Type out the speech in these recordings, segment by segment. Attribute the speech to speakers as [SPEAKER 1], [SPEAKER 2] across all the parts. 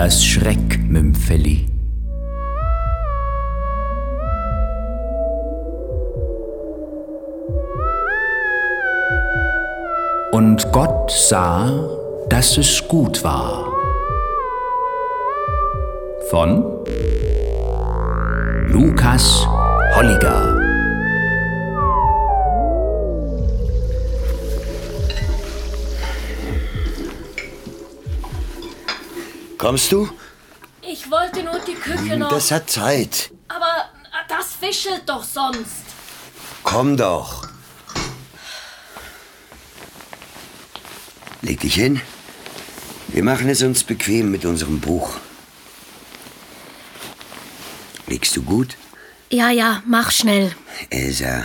[SPEAKER 1] als Schreckmümpfeli. Und Gott sah, dass es gut war. Von Lukas Holliger.
[SPEAKER 2] Kommst du? Hm,
[SPEAKER 3] Ich wollte nur die Küche noch.
[SPEAKER 2] Das hat Zeit.
[SPEAKER 3] aber äh, das fischelt doch sonst.
[SPEAKER 2] Komm doch. Leg dich hin. Wir machen es uns bequem mit unserem Buch. Liegst du gut?
[SPEAKER 4] Ja, ja, Ah, mach schnell.
[SPEAKER 2] Elsa,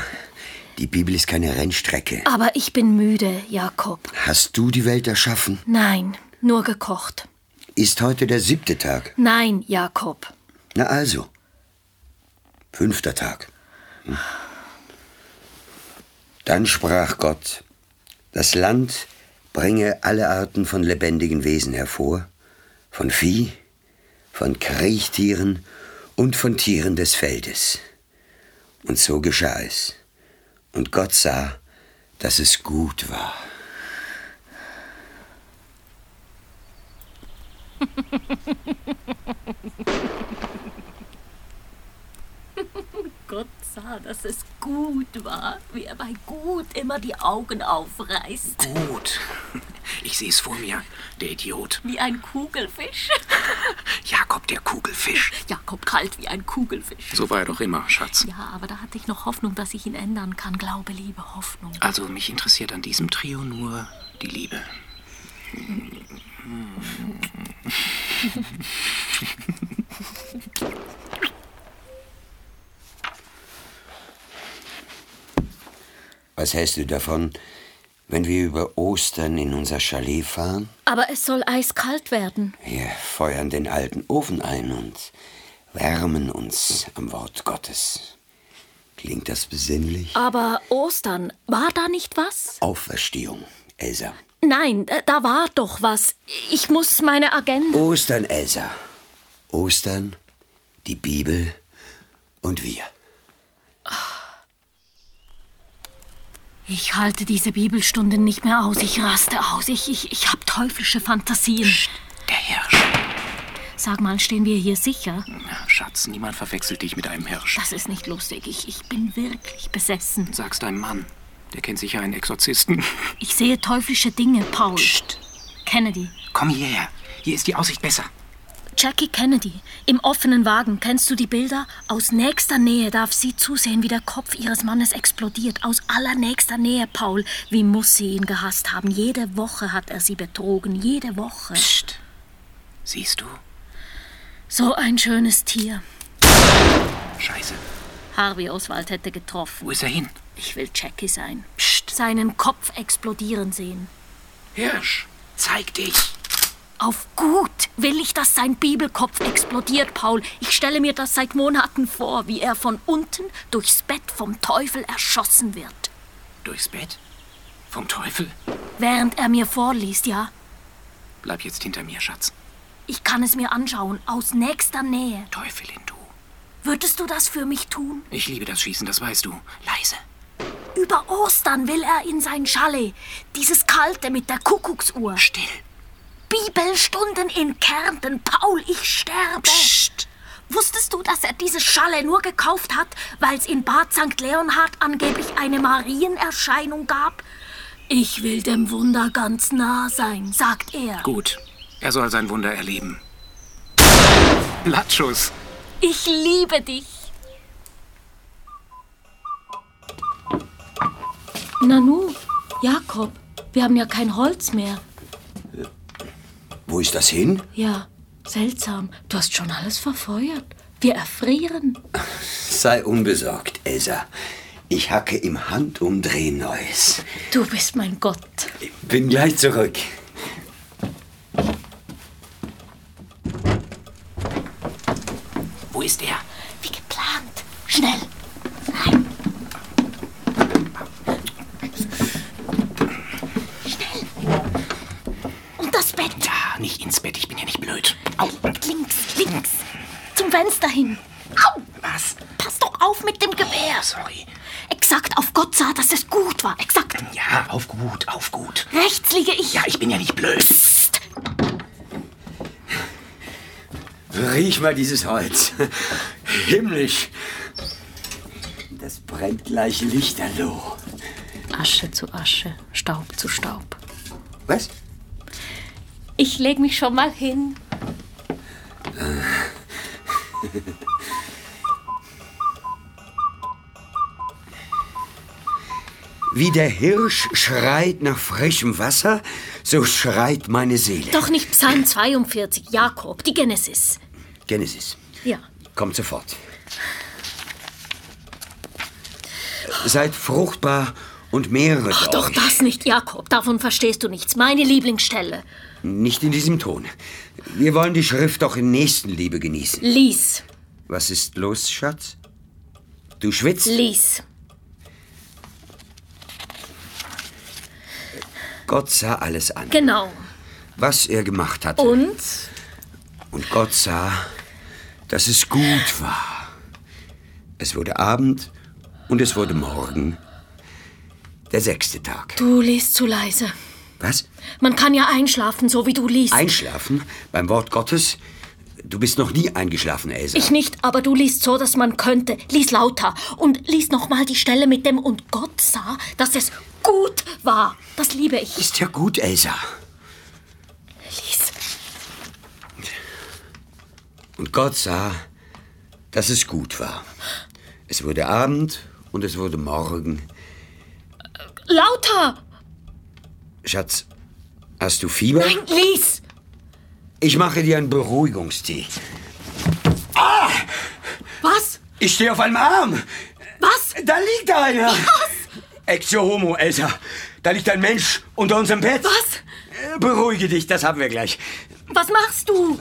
[SPEAKER 2] die Bibel ist keine Rennstrecke.
[SPEAKER 4] Aber ich bin müde, Jakob.
[SPEAKER 2] Hast du die Welt erschaffen?
[SPEAKER 4] Nein, nur gekocht.
[SPEAKER 2] Ist heute der siebte Tag.
[SPEAKER 4] Nein, Jakob.
[SPEAKER 2] Na also. Fünfter Tag. Hm. Dann sprach Gott, das Land bringe alle Arten von lebendigen Wesen hervor, von Vieh, von Kriechtieren und von Tieren des Feldes. Und so geschah es. Und Gott sah, dass es gut war.
[SPEAKER 3] Gott sah, dass es gut war, wie er bei gut immer die Augen aufreißt.
[SPEAKER 5] Gut. Ich sehe es vor mir. Der Idiot.
[SPEAKER 3] Wie ein Kugelfisch.
[SPEAKER 5] Jakob, der Kugelfisch.
[SPEAKER 3] Jakob kalt wie ein Kugelfisch.
[SPEAKER 5] So war er doch immer, Schatz.
[SPEAKER 3] Ja, aber da hatte ich noch Hoffnung, dass ich ihn ändern kann. Glaube, Liebe, Hoffnung.
[SPEAKER 5] Also, mich interessiert an diesem Trio nur die Liebe.
[SPEAKER 2] Was hältst du davon, wenn wir über Ostern in unser Chalet fahren?
[SPEAKER 4] Aber es soll eiskalt werden.
[SPEAKER 2] Wir feuern den alten Ofen ein und wärmen uns am Wort Gottes. Klingt das besinnlich?
[SPEAKER 4] Aber Ostern, war da nicht was?
[SPEAKER 2] Auferstehung, Elsa.
[SPEAKER 4] Nein, äh, da- da war doch was. Ich muss meine Agenda.
[SPEAKER 2] Ostern, Elsa. Ostern, die Bibel und wir.
[SPEAKER 3] Ich halte diese Bibelstunden nicht mehr aus. Ich raste aus. Ich, ich, ich habe teuflische Fantasien.
[SPEAKER 5] Der Hirsch.
[SPEAKER 3] Sag mal, stehen wir hier sicher?
[SPEAKER 5] Na, Schatz, niemand verwechselt dich mit einem Hirsch.
[SPEAKER 3] Das ist nicht lustig. Ich, ich bin wirklich besessen.
[SPEAKER 5] Sag's deinem Mann. Der kennt sicher einen Exorzisten.
[SPEAKER 3] Ich sehe teuflische Dinge, Paul.
[SPEAKER 5] Psst.
[SPEAKER 3] Kennedy.
[SPEAKER 5] Komm hierher. Hier ist die Aussicht besser.
[SPEAKER 3] Jackie Kennedy. Im offenen Wagen. Kennst du die Bilder? Aus nächster Nähe darf sie zusehen, wie der Kopf ihres Mannes explodiert. Aus allernächster Nähe, Paul. Wie muss sie ihn gehasst haben? Jede Woche hat er sie betrogen. Jede Woche.
[SPEAKER 5] Psst. Siehst du?
[SPEAKER 3] So ein schönes Tier.
[SPEAKER 5] Scheiße.
[SPEAKER 3] Harvey Oswald hätte getroffen.
[SPEAKER 5] Wo ist er hin?
[SPEAKER 3] Ich will Jackie sein.
[SPEAKER 5] Psst.
[SPEAKER 3] Seinen Kopf explodieren sehen.
[SPEAKER 5] Hirsch, zeig dich.
[SPEAKER 3] Auf gut will ich, dass sein Bibelkopf explodiert, Paul. Ich stelle mir das seit Monaten vor, wie er von unten durchs Bett vom Teufel erschossen wird.
[SPEAKER 5] Durchs Bett? Vom Teufel?
[SPEAKER 3] Während er mir vorliest, ja.
[SPEAKER 5] Bleib jetzt hinter mir, Schatz.
[SPEAKER 3] Ich kann es mir anschauen, aus nächster Nähe.
[SPEAKER 5] Teufelin, du.
[SPEAKER 3] Würdest du das für mich tun?
[SPEAKER 5] Ich liebe das Schießen, das weißt du. Leise.
[SPEAKER 3] Über Ostern will er in sein Chalet. Dieses kalte mit der Kuckucksuhr.
[SPEAKER 5] Still.
[SPEAKER 3] Bibelstunden in Kärnten. Paul, ich sterbe.
[SPEAKER 5] Psst.
[SPEAKER 3] Wusstest du, dass er dieses Chalet nur gekauft hat, weil es in Bad St. Leonhard angeblich eine Marienerscheinung gab? Ich will dem Wunder ganz nah sein, sagt er.
[SPEAKER 5] Gut. Er soll sein Wunder erleben. Blattschuss.
[SPEAKER 3] Ich liebe dich.
[SPEAKER 4] Nanu, Jakob, wir haben ja kein Holz mehr.
[SPEAKER 2] Wo ist das hin?
[SPEAKER 4] Ja, seltsam. Du hast schon alles verfeuert. Wir erfrieren.
[SPEAKER 2] Sei unbesorgt, Elsa. Ich hacke im Handumdrehen Neues.
[SPEAKER 4] Du bist mein Gott.
[SPEAKER 2] Bin gleich zurück.
[SPEAKER 5] Wo ist er?
[SPEAKER 3] Wie geplant. Schnell. Nein. Schnell. Und das Bett.
[SPEAKER 5] Ah, Da, nicht ins Bett. Ich bin ja nicht blöd. Au.
[SPEAKER 3] Fenster hin. Au!
[SPEAKER 5] Was?
[SPEAKER 3] Pass doch auf mit dem Gewehr.
[SPEAKER 5] Sorry.
[SPEAKER 3] Exakt, auf Gott sah, dass es gut war. Exakt.
[SPEAKER 5] Ja, Ah, auf gut, auf gut.
[SPEAKER 3] Rechts liege ich.
[SPEAKER 5] Ja, ich bin ja nicht blöd.
[SPEAKER 3] Psst.
[SPEAKER 5] Riech mal dieses Holz. Himmlisch. Das brennt gleich lichterloh.
[SPEAKER 4] Asche zu Asche, Staub zu Staub.
[SPEAKER 2] Was?
[SPEAKER 4] Ich leg mich schon mal hin.
[SPEAKER 2] Wie der Hirsch schreit nach frischem Wasser, so schreit meine Seele.
[SPEAKER 3] Doch nicht Psalm 42, Jakob, die Genesis.
[SPEAKER 2] Genesis.
[SPEAKER 3] Ja.
[SPEAKER 2] Kommt sofort. Seid fruchtbar und mehret
[SPEAKER 3] Ach, doch
[SPEAKER 2] euch.
[SPEAKER 3] das nicht, Jakob. Davon verstehst du nichts. Meine Lieblingsstelle.
[SPEAKER 2] Nicht in diesem Ton. Wir wollen die Schrift doch in Nächstenliebe genießen.
[SPEAKER 3] Lies,
[SPEAKER 2] Was ist los, Schatz? Du schwitzt?
[SPEAKER 3] lies.
[SPEAKER 2] Gott sah alles an,
[SPEAKER 3] Genau.
[SPEAKER 2] was er gemacht hatte.
[SPEAKER 3] Und?
[SPEAKER 2] Und Gott sah, dass es gut war. Es wurde Abend und es wurde Morgen. Der sechste Tag.
[SPEAKER 3] Du liest zu leise.
[SPEAKER 2] Was?
[SPEAKER 3] Man kann ja einschlafen, so wie du liest.
[SPEAKER 2] Einschlafen? Beim Wort Gottes? Du bist noch nie eingeschlafen, Elsa.
[SPEAKER 3] ich nicht, aber du liest so, dass man könnte. Lies lauter und lies nochmal die Stelle mit dem und Gott sah, dass es gut war. Das liebe ich.
[SPEAKER 2] Ist ja gut, Elsa.
[SPEAKER 3] Lies.
[SPEAKER 2] Und Gott sah, dass es gut war. Es wurde Abend und es wurde Morgen.
[SPEAKER 3] Lauter!
[SPEAKER 2] Schatz, hast du Fieber?
[SPEAKER 3] Lies!
[SPEAKER 2] Ich mache dir einen Beruhigungstee.
[SPEAKER 3] Was?
[SPEAKER 2] Ich stehe auf einem Arm.
[SPEAKER 3] Was?
[SPEAKER 2] Da liegt einer. Was? Exio homo, Elsa. Da liegt ein Mensch unter unserem Bett.
[SPEAKER 3] Was?
[SPEAKER 2] Äh, Beruhige dich, das haben wir gleich.
[SPEAKER 3] Was machst du?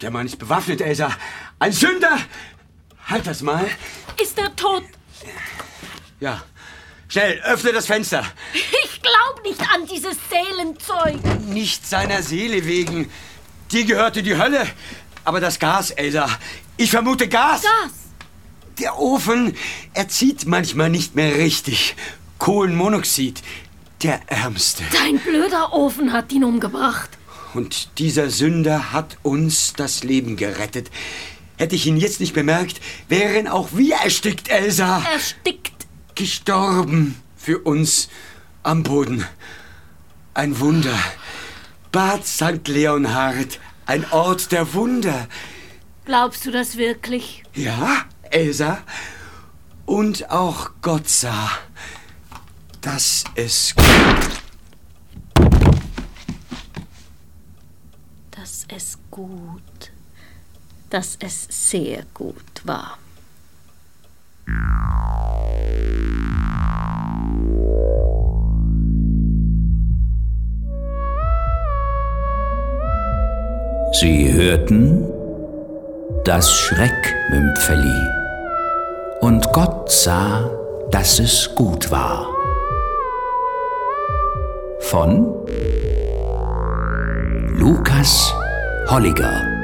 [SPEAKER 2] Der Mann ist bewaffnet, Elsa. Ein Sünder. Halt das mal.
[SPEAKER 3] Ist er tot?
[SPEAKER 2] Ja. Schnell, öffne das Fenster.
[SPEAKER 3] Ich glaub nicht an dieses Seelenzeug.
[SPEAKER 2] Nicht seiner Seele wegen. Dir gehörte die Hölle. Aber das Gas, Elsa. Ich vermute Gas.
[SPEAKER 3] Das.
[SPEAKER 2] Der Ofen, er zieht manchmal nicht mehr richtig. Kohlenmonoxid. Der Ärmste.
[SPEAKER 3] Dein blöder Ofen hat ihn umgebracht.
[SPEAKER 2] Und dieser Sünder hat uns das Leben gerettet. Hätte ich ihn jetzt nicht bemerkt, wären auch wir erstickt, Elsa.
[SPEAKER 3] Erstickt.
[SPEAKER 2] Gestorben für uns am Boden. Ein Wunder. Bad St. Leonhard, ein Ort der Wunder.
[SPEAKER 3] Glaubst du das wirklich?
[SPEAKER 2] Ja, Elsa. Und auch Gott sah, dass es
[SPEAKER 4] Dass es gut, dass es sehr gut war.
[SPEAKER 1] Sie hörten das Schreckmümpfeli. Und Gott sah, dass es gut war. Von Lukas Holliger.